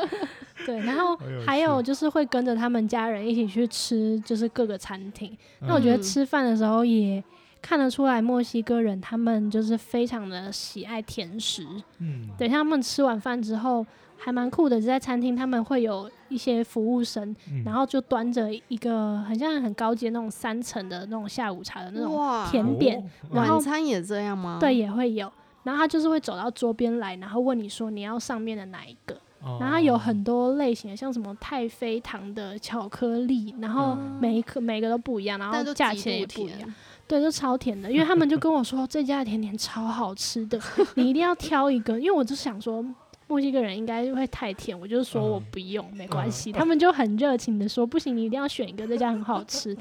对，然后
哦好有
还有
趣
就是会跟着他们家人一起去吃，就是各个餐厅。 那我
嗯
觉得
嗯
吃饭的时候也看得出来，墨西哥人他们就是非常的喜爱甜食。
嗯，
对，像他们吃完饭之后还蛮酷的，是在餐厅他们会有一些服务生，
嗯，
然后就端着一个很像很高级的那种三层的那种下午茶的那种，
哇，
甜点
哦
然后
晚餐也这样吗？
对，，也会有。然后他就是会走到桌边来，然后问你说你要上面的哪一个。
哦
然后它有很多类型的，像什么太妃糖的巧克力，然后
嗯
每一颗每个都不一样，然
但
后
都
价
极
钱
度
也不一
甜
样，对，都超甜的。因为他们就跟我说这家的甜点超好吃 的，你一定要挑一个，因为我就想说。墨西哥人应该会太甜，我就说我
嗯
不用，没关系。他们就很热情的说，不行，你一定要选一个，这家很好吃。然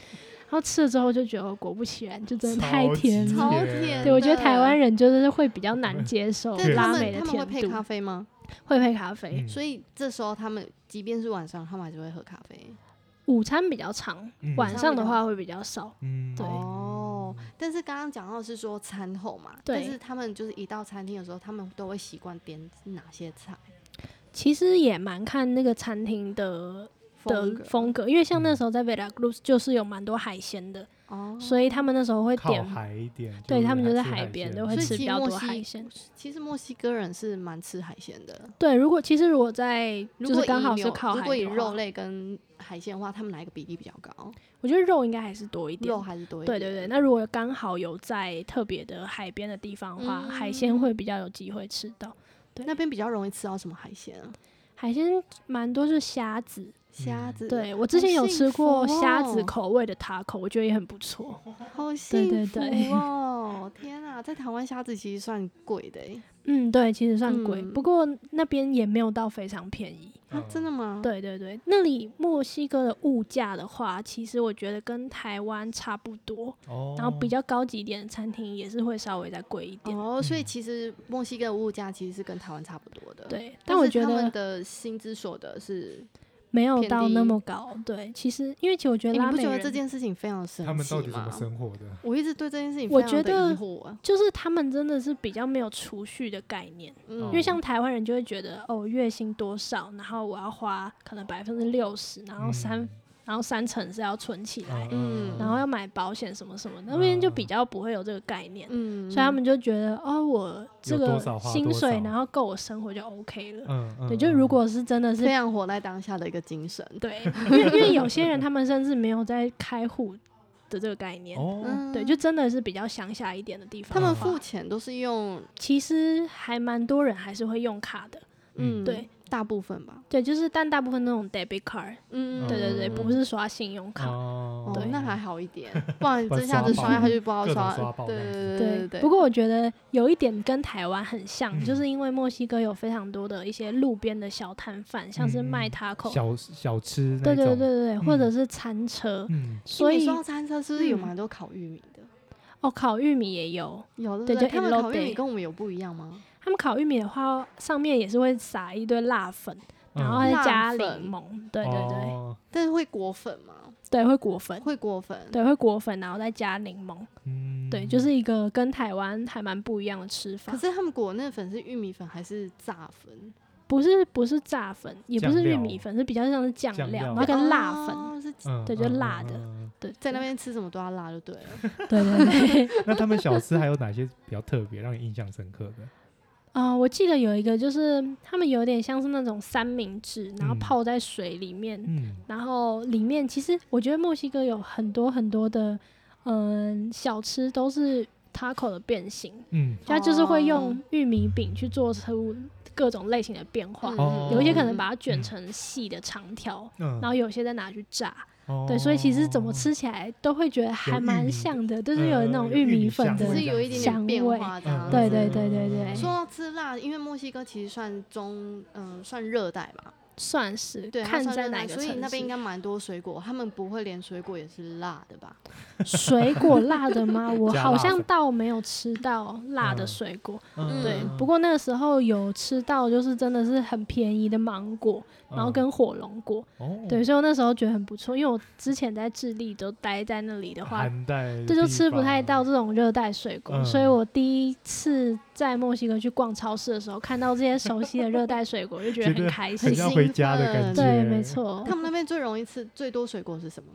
后吃了之后就觉得，果不其然，就真的太
超级
甜
超
了。
甜
对，我觉得
的
台湾人就是会比较难接受
但是他
拉美
们他
的
们会配
甜
咖
度，
啡吗？
会配咖啡。
嗯
所以这时候他们即便是晚上，他们还是会喝咖啡。
午餐比较长，
嗯
晚上的话会比较少。
嗯
对
哦，但是刚刚讲到的是说餐后嘛，
对
但是他们就是一到餐厅的时候，他们都会习惯点哪些菜
其实也蛮看那个餐厅的
风
的
格？嗯
风格，因为像那时候在 Veracruz 就是有蛮多海鲜的，
哦，
所以他们那时候会
靠
点。
海一点，
对他们就
还
在
吃
海
海
边
鲜
都会
所以其
吃比
实
较
墨
多海
西
鲜。
其实墨西哥人是蛮吃海鲜的。
对，如果其实如果在
如
就
果
是刚
以
好
牛
是靠
如
海
果以
的
肉
话，
类跟海鲜的话，他们哪一个比例比较高？
我觉得肉应该还是多一点
肉。还是多一
对
点？
对对，那如果刚好有在特别的海边的地方的话，海鲜
嗯
会比较有机会吃到。
那边比较容易吃到什么海鲜
嗯
啊？
海鲜蛮多是虾子，
虾
嗯
子，，
对我之前有吃
幸
过
福
虾子
哦
口味的塔口，我觉得也很不错。
好
对
幸福
对
哦！天啊，在台湾虾子其实算贵的欸诶，
嗯，对，其实算贵，
嗯
不过那边也没有到非常便宜。
嗯
啊，真的吗？，
对对对，那里墨西哥的物价的话，其实我觉得跟台湾差不多，
哦，
然后比较高级一点的餐厅也是会稍微再贵一点。
哦，所以
嗯
其实墨西哥的物价其实是跟台湾差不多的。，
对，但
但
我
是
觉
他们
得
的薪资所得是，
没有
偏
到那
低
么高。对，其实因为其实我觉
诶
得
你
拉
不
美
觉得这
人
件事情非常神
他们到
奇
底怎么
吗？
生活的？
我一直对这件事情
我
非常
觉
的疑
得
惑啊。
就是他们真的是比较没有储蓄的概念，
嗯
因为像台湾人就会觉得哦，月薪多少，然后我要花可能百分之六十，然后三、
嗯
然后三成是要存起来。
嗯
然后要买保险什么什么，那边就比
嗯
较不会有这个概念，
嗯，
所以他们就觉得哦，我这
有
个
多少花
薪水
多，少
然后够我生活就 OK 了。
嗯嗯，
对，就如
嗯
果是真的是
非常活在当下的一个精神。
对，因为因为有些人他们甚至没有在开户的这个概念。
哦，
嗯
对，就真的是比较乡下一点的地方
他
的话。
们付钱都是用
其实还蛮多人还是会用卡的，
嗯
嗯，
对，
大部分吧。
对，就是但大部分那种 debit card，、
嗯，
对对对，
嗯
不是刷信用卡。
哦
哦，那还好一点，不然
不然
这下
刷
子
爆
刷下去不好
各种
刷
刷。爆
对
这样
对对对
不
对，
过我觉得有一点跟台湾很像，
嗯
就是因为墨西哥有非常多的一些路边的小摊贩，像是
嗯
卖
嗯
taco，、
小小吃那
对
种，
对对对对，或者
嗯
是餐车，
嗯，
所
诶你
以
说到餐车是不是有
嗯
蛮多烤玉米的？
哦，烤玉米也有。
有的，
对
对
就
他们烤玉
elote
米跟我们有不一样吗？
他们烤玉米的话，上面也是会撒一堆辣粉，然后再
辣
加柠
粉
檬，对对对、
嗯哦
但是会裹粉吗？
对，会裹粉，
会裹粉。
对，会裹粉，然后再加柠檬，
嗯，
对，就是一个跟台湾还蛮不一样的吃法
可。是他们裹那个粉是玉米粉还是炸粉？
不是不是炸粉，也不
酱
是玉
料
米粉，是比较像是酱
酱
料，
料
然后跟辣粉，
哦是
嗯
对就
嗯
辣的
嗯
对，
在那边吃什么都要辣就对了。
对对对。
那他们小吃还有哪些比较特别让你印象深刻的？
啊、我记得有一个就是他们有点像是那种三明治，然后
嗯
泡在水里面，
嗯，
然后里面其实我觉得墨西哥有很多很多的嗯小吃都是 taco 的变形，
嗯，
它就是会用
哦
玉米饼去做出各种类型的变化。
哦
有一些可能把它卷
嗯
成细的长条，
嗯哦
然后有些再拿去炸，
后
对，所以其实怎么吃起来都会觉得还
有玉
蛮
米
像的，就是有
呃
那种
有
玉
玉米
米粉
香
的
只
味
是有一点点变化这
嗯
样子。
对对对对对
说到吃辣，因为墨西哥其实算中，嗯，算热带吧，
算是，
对，它
看
算
在
热带
哪个
所以
城
那边
市
应该蛮多水果，他们不会连水果也是辣的吧？
水果辣 的吗？我
加
好
辣
像
粉
到没有吃到辣的
嗯
水果，
嗯
对
嗯。
不过那个时候有吃到，就是真的是很便宜的芒果，然后
嗯
跟火龙果，
哦
对，所以我那时候觉得很不错，因为我之前在智利都待在那里的话。
寒带的
这就
地
吃不太到
方
这种热带水果，所以
嗯
我第一次在墨西哥去逛超市的时候，看到这些熟悉的热带水果，就觉得
觉
很
得
开
很
心。
像回家的感
兴奋
觉。
对，没。错，
他们那边最容易吃最多水果是什么？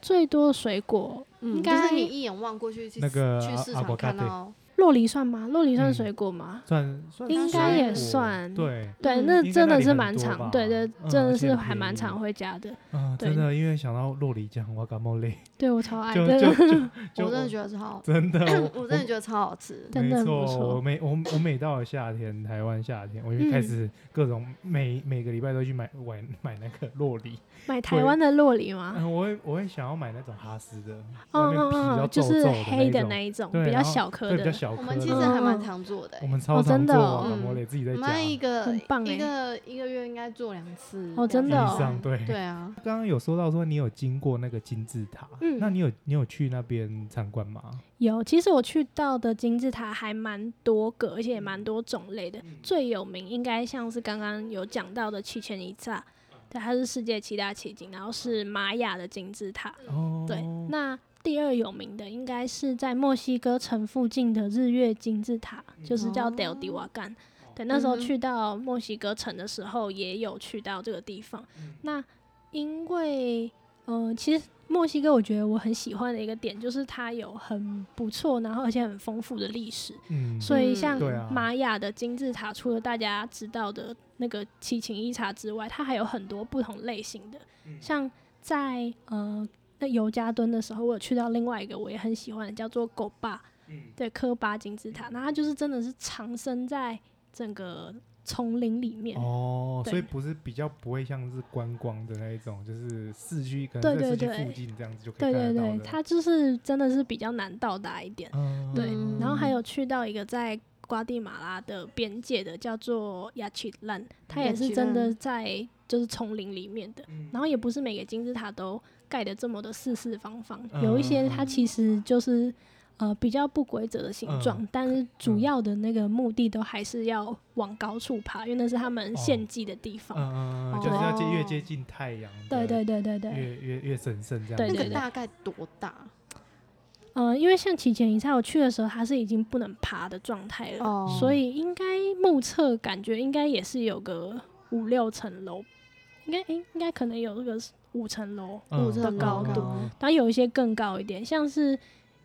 最多的水果，
嗯，就
应该
是你一眼望过去去
那个
去市场
avocado
看到，哦
洛梨算吗？洛梨算
嗯
水果吗？
算算
应
水
该也
果
算
对，
对，
嗯
那
应该
真
那
的
里
是
很
蛮
多
常，
吧
对对，
嗯
真
而
的
且
是
很
还
便
蛮
宜
常回家的。
啊，
对
真的，因为想到洛梨酱、瓦嘎莫雷，
对我超爱
就
的，
就 就就
我真的觉得超好，
真的，
我真的觉得超好吃。
嗯真
没
的很不
错，
错
我每我我每到了夏天，台湾夏天，我就
嗯
开始各种每每个礼拜都去买买买那个洛梨，
买台湾的洛梨吗？
嗯，我会我会想要买那种哈斯的，
嗯
外面皮
嗯
比较
嗯，就
皱
是
皱
黑的
种
那一种，
对
比较
然后
小颗
对比较
的。
小颗
我
的。
们其实还蛮
嗯
常做的欸、
我们超
真
常
的
做
哦
瓦嘎莫
嗯
雷，自己在
我
家。
们一个
很棒欸
一个一个月应该做两次
哦真的
两三
哦以
上对
对啊，
刚刚有说到说你有经过那个金字塔，
嗯
那你有你有去那边参观吗？
有，其实我去到的金字塔还蛮多个，而且也
嗯
蛮多种类的。最有名应该像是刚刚有讲到的七千一炸，对，它是世界七大奇景，然后是玛雅的金字塔。
哦，
嗯对，那第二有名的应该是在墨西哥城附近的日月金字塔，就是叫
哦
Del d i w a g a n 对，那时候
嗯哼
去到墨西哥城的时候，也有去到这个地方。
哦
那因为，呃，其实墨西哥我觉得我很喜欢的一个点就是它有很不错，然后而且很丰富的历史。
嗯，
所以
嗯
像
对啊
玛雅的金字塔，除了大家知道的那个七情一茶之外，它还有很多不同类型的。
嗯
像在呃那尤加敦的时候，我有去到另外一个我也很喜欢的，叫做狗巴，
嗯
对科巴金字塔，那它就是真的是藏身在整个丛林里面。
哦，所以
对
不是比较不会像是观光的那一种，就是市区可
对
能在市
对
区
对
附近这样子就可
对
以看
对
得到
对，
的。
它就是真的是比较难到达一点。
嗯，
对
嗯，
然后还有去到一个在瓜地马拉的边界的叫做亚奇兰，它也是真的在就是丛林里面的，
嗯
然后也不是每个金字塔都盖的这么的四四方方，
嗯
有一些它其实就是。呃，比较不规则的形状，
嗯
但是主要的那个目的都还是要往高处爬，因为那是他们献祭的地方。
哦嗯，嗯嗯就是要接越
哦
接近太阳，
对对，对对对，
越越越神圣这样子。
对
那
对
个
对
大概多大？
呃，因为像提前一下我去的时候，它是已经不能爬的状态了，
哦
所以应该目测感觉应该也是有个五六层楼，应该诶、应该可能有这个五层楼，
嗯
物质的
高
度
嗯
然后有一些更高一点，像是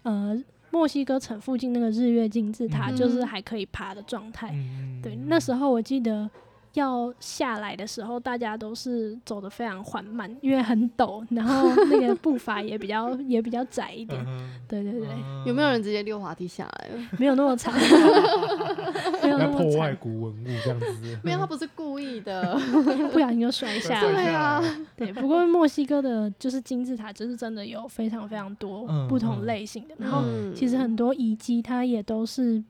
呃墨西哥城附近那个日月金字塔，
嗯
就是还可以爬的状态。
嗯，
对，那时候我记得要下来的时候，大家都是走得非常缓慢，因为很陡，然后那个步伐也比较也比较窄一点。
嗯
对对对，
哼
有没有人直接溜滑梯下来 了？
没有那么长，没有那
来
么
破坏
长，
古文物这样 子？
没有，他不是故意的。
不小心就摔下
对
来。
啊，
对，不过墨西哥的就是金字塔，就是真的有非常非常多
嗯
不同
嗯
类型的， 然后
嗯，
其实很多遗迹它也都是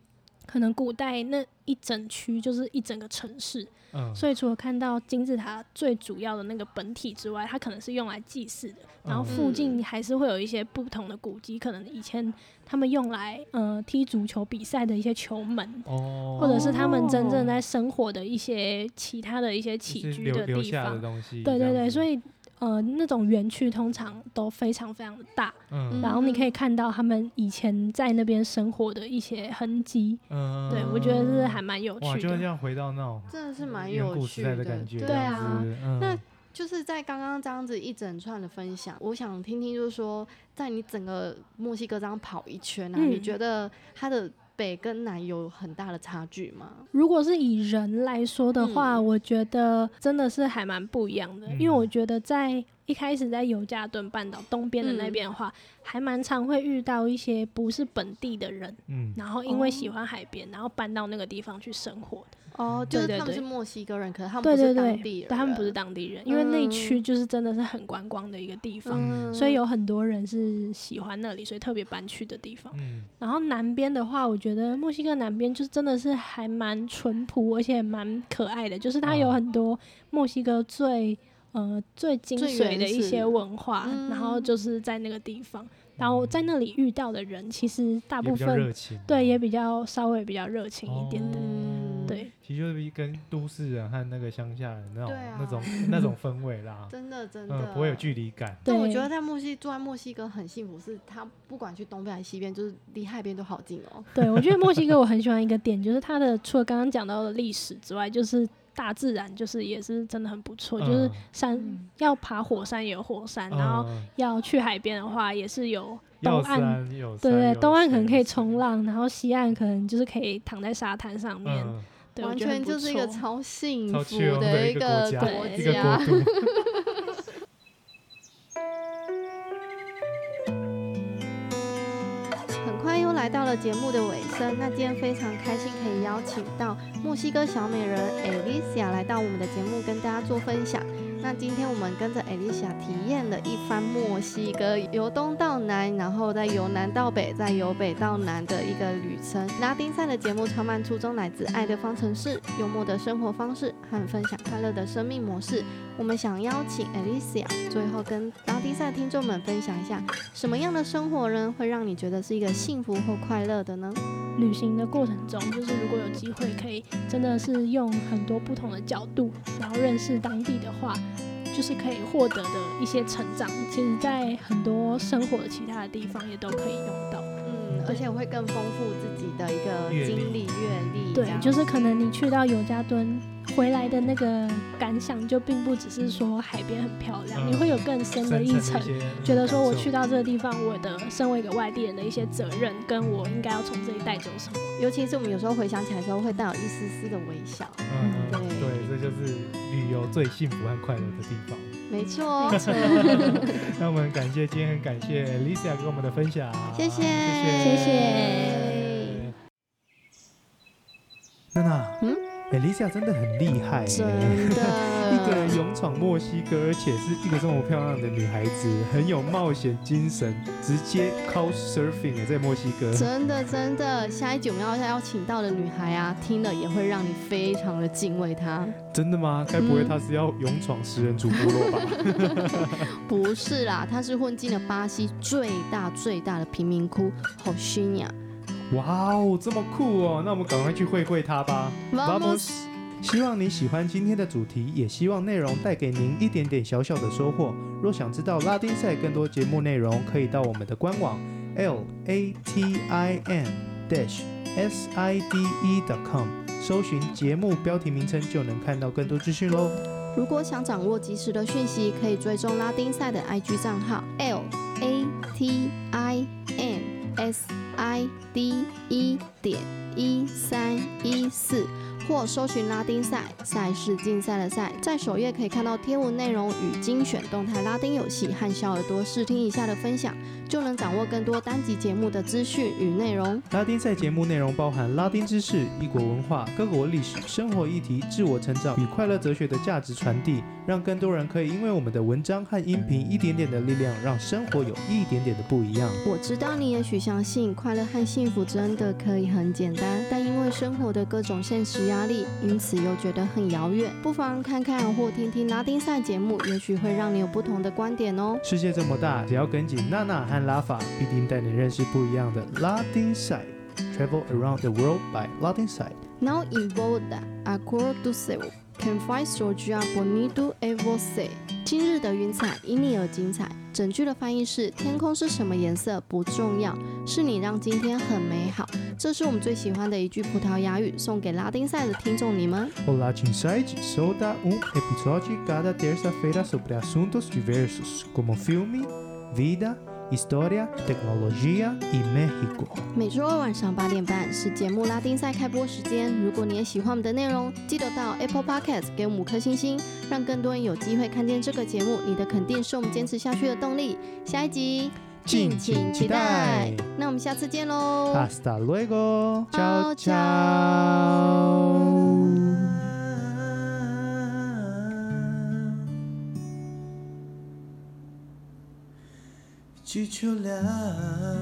可能古代那一整区就是一整个城市，
嗯，
所以除了看到金字塔最主要的那个本体之外，它可能是用来祭祀的。
嗯
然
嗯
后附近还是会有一些不同的古迹，可能以前他们用来呃踢足球比赛的一些球门。
哦，
或者是他们真正
哦
在生活的一些其他的一些起
一些
居
留留
地
下的
方，
东西这
对
样子，
对对，所以呃那种园区通常都非常非常的大，
嗯
然后你
嗯
可以看到他们以前在那边生活的一些痕迹，
嗯，
对我觉得是还蛮有
哇，
趣
就
的。
像回到那种
真的是蛮
远
有
古
趣
时代的感觉，
对
这样
啊。
子嗯
那就是在刚刚这样子一整串的分享，我想听听，就是说，在你整个墨西哥这样跑一圈啊，
嗯
你觉得它的北跟南有很大的差距吗？
如果是以人来说的话，
嗯
我觉得真的是还蛮不一样的，
嗯
因为我觉得在一开始在尤加敦半岛东边的
嗯
那边的话，还蛮常会遇到一些不是本地的人，
嗯，
然后因为喜欢海边，然后搬到那个地方去生活的。
哦，
嗯
就是
对对
他们
对
是墨西哥人，可是他们
对
不
对
是
对
当，地人，
但他们不是当地人，因为那一
嗯
区就是真的是很观光的一个地方。
嗯，
所以有很多人是喜欢那里，所以特别搬去的地方。
嗯
然后南边的话，我觉得墨西哥南边就是真的是还蛮淳朴，而且蛮可爱的，就是它有
嗯
很多墨西哥最呃最精
最
髓
原
的一
始
些文化，
嗯
然后就是在那个地方，然后
嗯
在那里遇到的人，其实大
也
部
比较热
分
情，啊
对也比较稍微比较热情一点的，
哦
嗯
对，
其实就是跟都市人和那个乡下人那种、
对啊
那 种那种氛围啦，
真的真的
嗯，不会有距离感。
但我
对
觉得在墨西住在墨西哥很幸福，是它不管去东边还是西边，就是离海边都好近哦。
对，我觉得墨西哥我很喜欢一个点，就是它的除了刚刚讲到的历史之外，就是大自然，就是也是真的很不错。就是
嗯
山、
嗯
要爬火山也有火山，然后
嗯
要去海边的话也是有东
要
岸，
山有
对对，
山
东岸可能可以冲
浪，
浪，然后西岸可能就是可以躺在沙滩上面。
嗯，
对，我
完
觉得很
全
不
就是一个
错
超幸
超
福
chill 的
一
一个国家
国
对啊
一个
家
国。度。
很快又来到了节目的尾声，那今天非常开心可以邀请到墨西哥小美人 Alicia 来到我们的节目跟大家做分享。那今天我们跟着 Alicia 体验了一番墨西哥由东到南，然后再由南到北，再由北到南的一个旅程。拉丁赛的节目充满初衷来自爱的方程式、幽默的生活方式和分享快乐的生命模式。我们想邀请 Alicia 最后跟拉丁赛听众们分享一下什么样的生活呢，会让你觉得是一个幸福或快乐的呢？
旅行的过程中，就是如果有机会可以真的是用很多不同的角度，然后认识当地的话，就是可以获得的一些成长，其实在很多生活的其他的地方也都可以用到。
嗯，而且会更丰富自己的一个
阅历
经历、阅历。
对
这样，
就是可能你去到尤加敦回来的那个感想，就并不只是说海边很漂亮，
嗯
你会有更深的
深
一
层
层
一。些
觉得说我
感受
去到这个地方，我的身为一个外地人的一些责任，跟我应该要从这里带走什么。
尤其是我们有时候回想起来的时候，会带有一丝丝的微笑。
嗯，
对
对，这就是旅游最幸福和快乐的地 方。
没 错，
那我们感谢今天很感谢 Lisa 给我们的分享，
谢谢
谢
谢
谢。
娜娜，
嗯
嗯，Alicia 真的很厉害耶，
真
一个人
的。
勇闯墨西哥，而且是一个这么漂亮的女孩子，很有冒险精神，直接 couch surfing 也在墨西哥。
真的真的，下一集我们要邀请到的女孩啊，听了也会让你非常的敬畏她。
真的吗？该不
嗯
会她是要勇闯食人族部 落吧？
不是啦，她是混进了巴西最大最大的贫民窟 h o s h i n a
哇哦，这么酷哦！那我们赶快去会会她吧。
Vamos
希望你喜欢今天的主题，也希望内容带给您一点点小小的收获。若想知道拉丁赛更多节目内容，可以到我们的官网 l a t i n dash s i d e dot com 搜寻节目标题名称，就能看到更多资讯喽。
如果想掌握及时的讯息，可以追踪拉丁赛的 IG 账号 L A T I N S I D E 点一三一四，或搜寻拉丁赛赛事竞赛的赛，在首页可以看到贴文内容与精选动态拉丁游戏和小耳朵试听一下的分享，就能掌握更多单集节目的资讯与内容。
拉丁赛节目内容包含拉丁知识、异国文化、各国历史、生活议题、自我成长与快乐哲学的价值传递，让更多人可以因为我们的文章和音频一点点的力量，让生活有一点点的不一样。
我知道你也许相信快乐和幸福真的可以很简单，但因为生活的各种现实压力，因此又觉得很遥远。不妨看看或听听拉丁赛节目，也许会让你有不同的观点哦。
世界这么大，只要跟紧娜娜和拉法，必定带你认识不一样的拉丁赛。Travel around the world by Latin side。
Now in bold, acordo do céu, can faz surgir bonito e você。今日的云彩因你而精彩。整句的翻译是：天空是什么颜色不重要，是你让今天很美好。这是我们最喜欢的一句葡萄牙语，送给拉丁赛的听众你们。
Olá, Inside sou da um episódio cada terça-feira sobre assuntos diversos, como filme, vida, história, tecnologia e México.
每周二晚上八点半是节目拉丁赛开播时间。如果你也喜欢我们的内容，记得到 Apple Podcast 给我们五颗星星，让更多人有机会看见这个节目。你的肯定是我们坚持下去的动力。下一集
敬请期待。
那我们下次见喽。
Hasta luego.
Tchau,
Tchau,
tchau.
tchau.
Chichulá.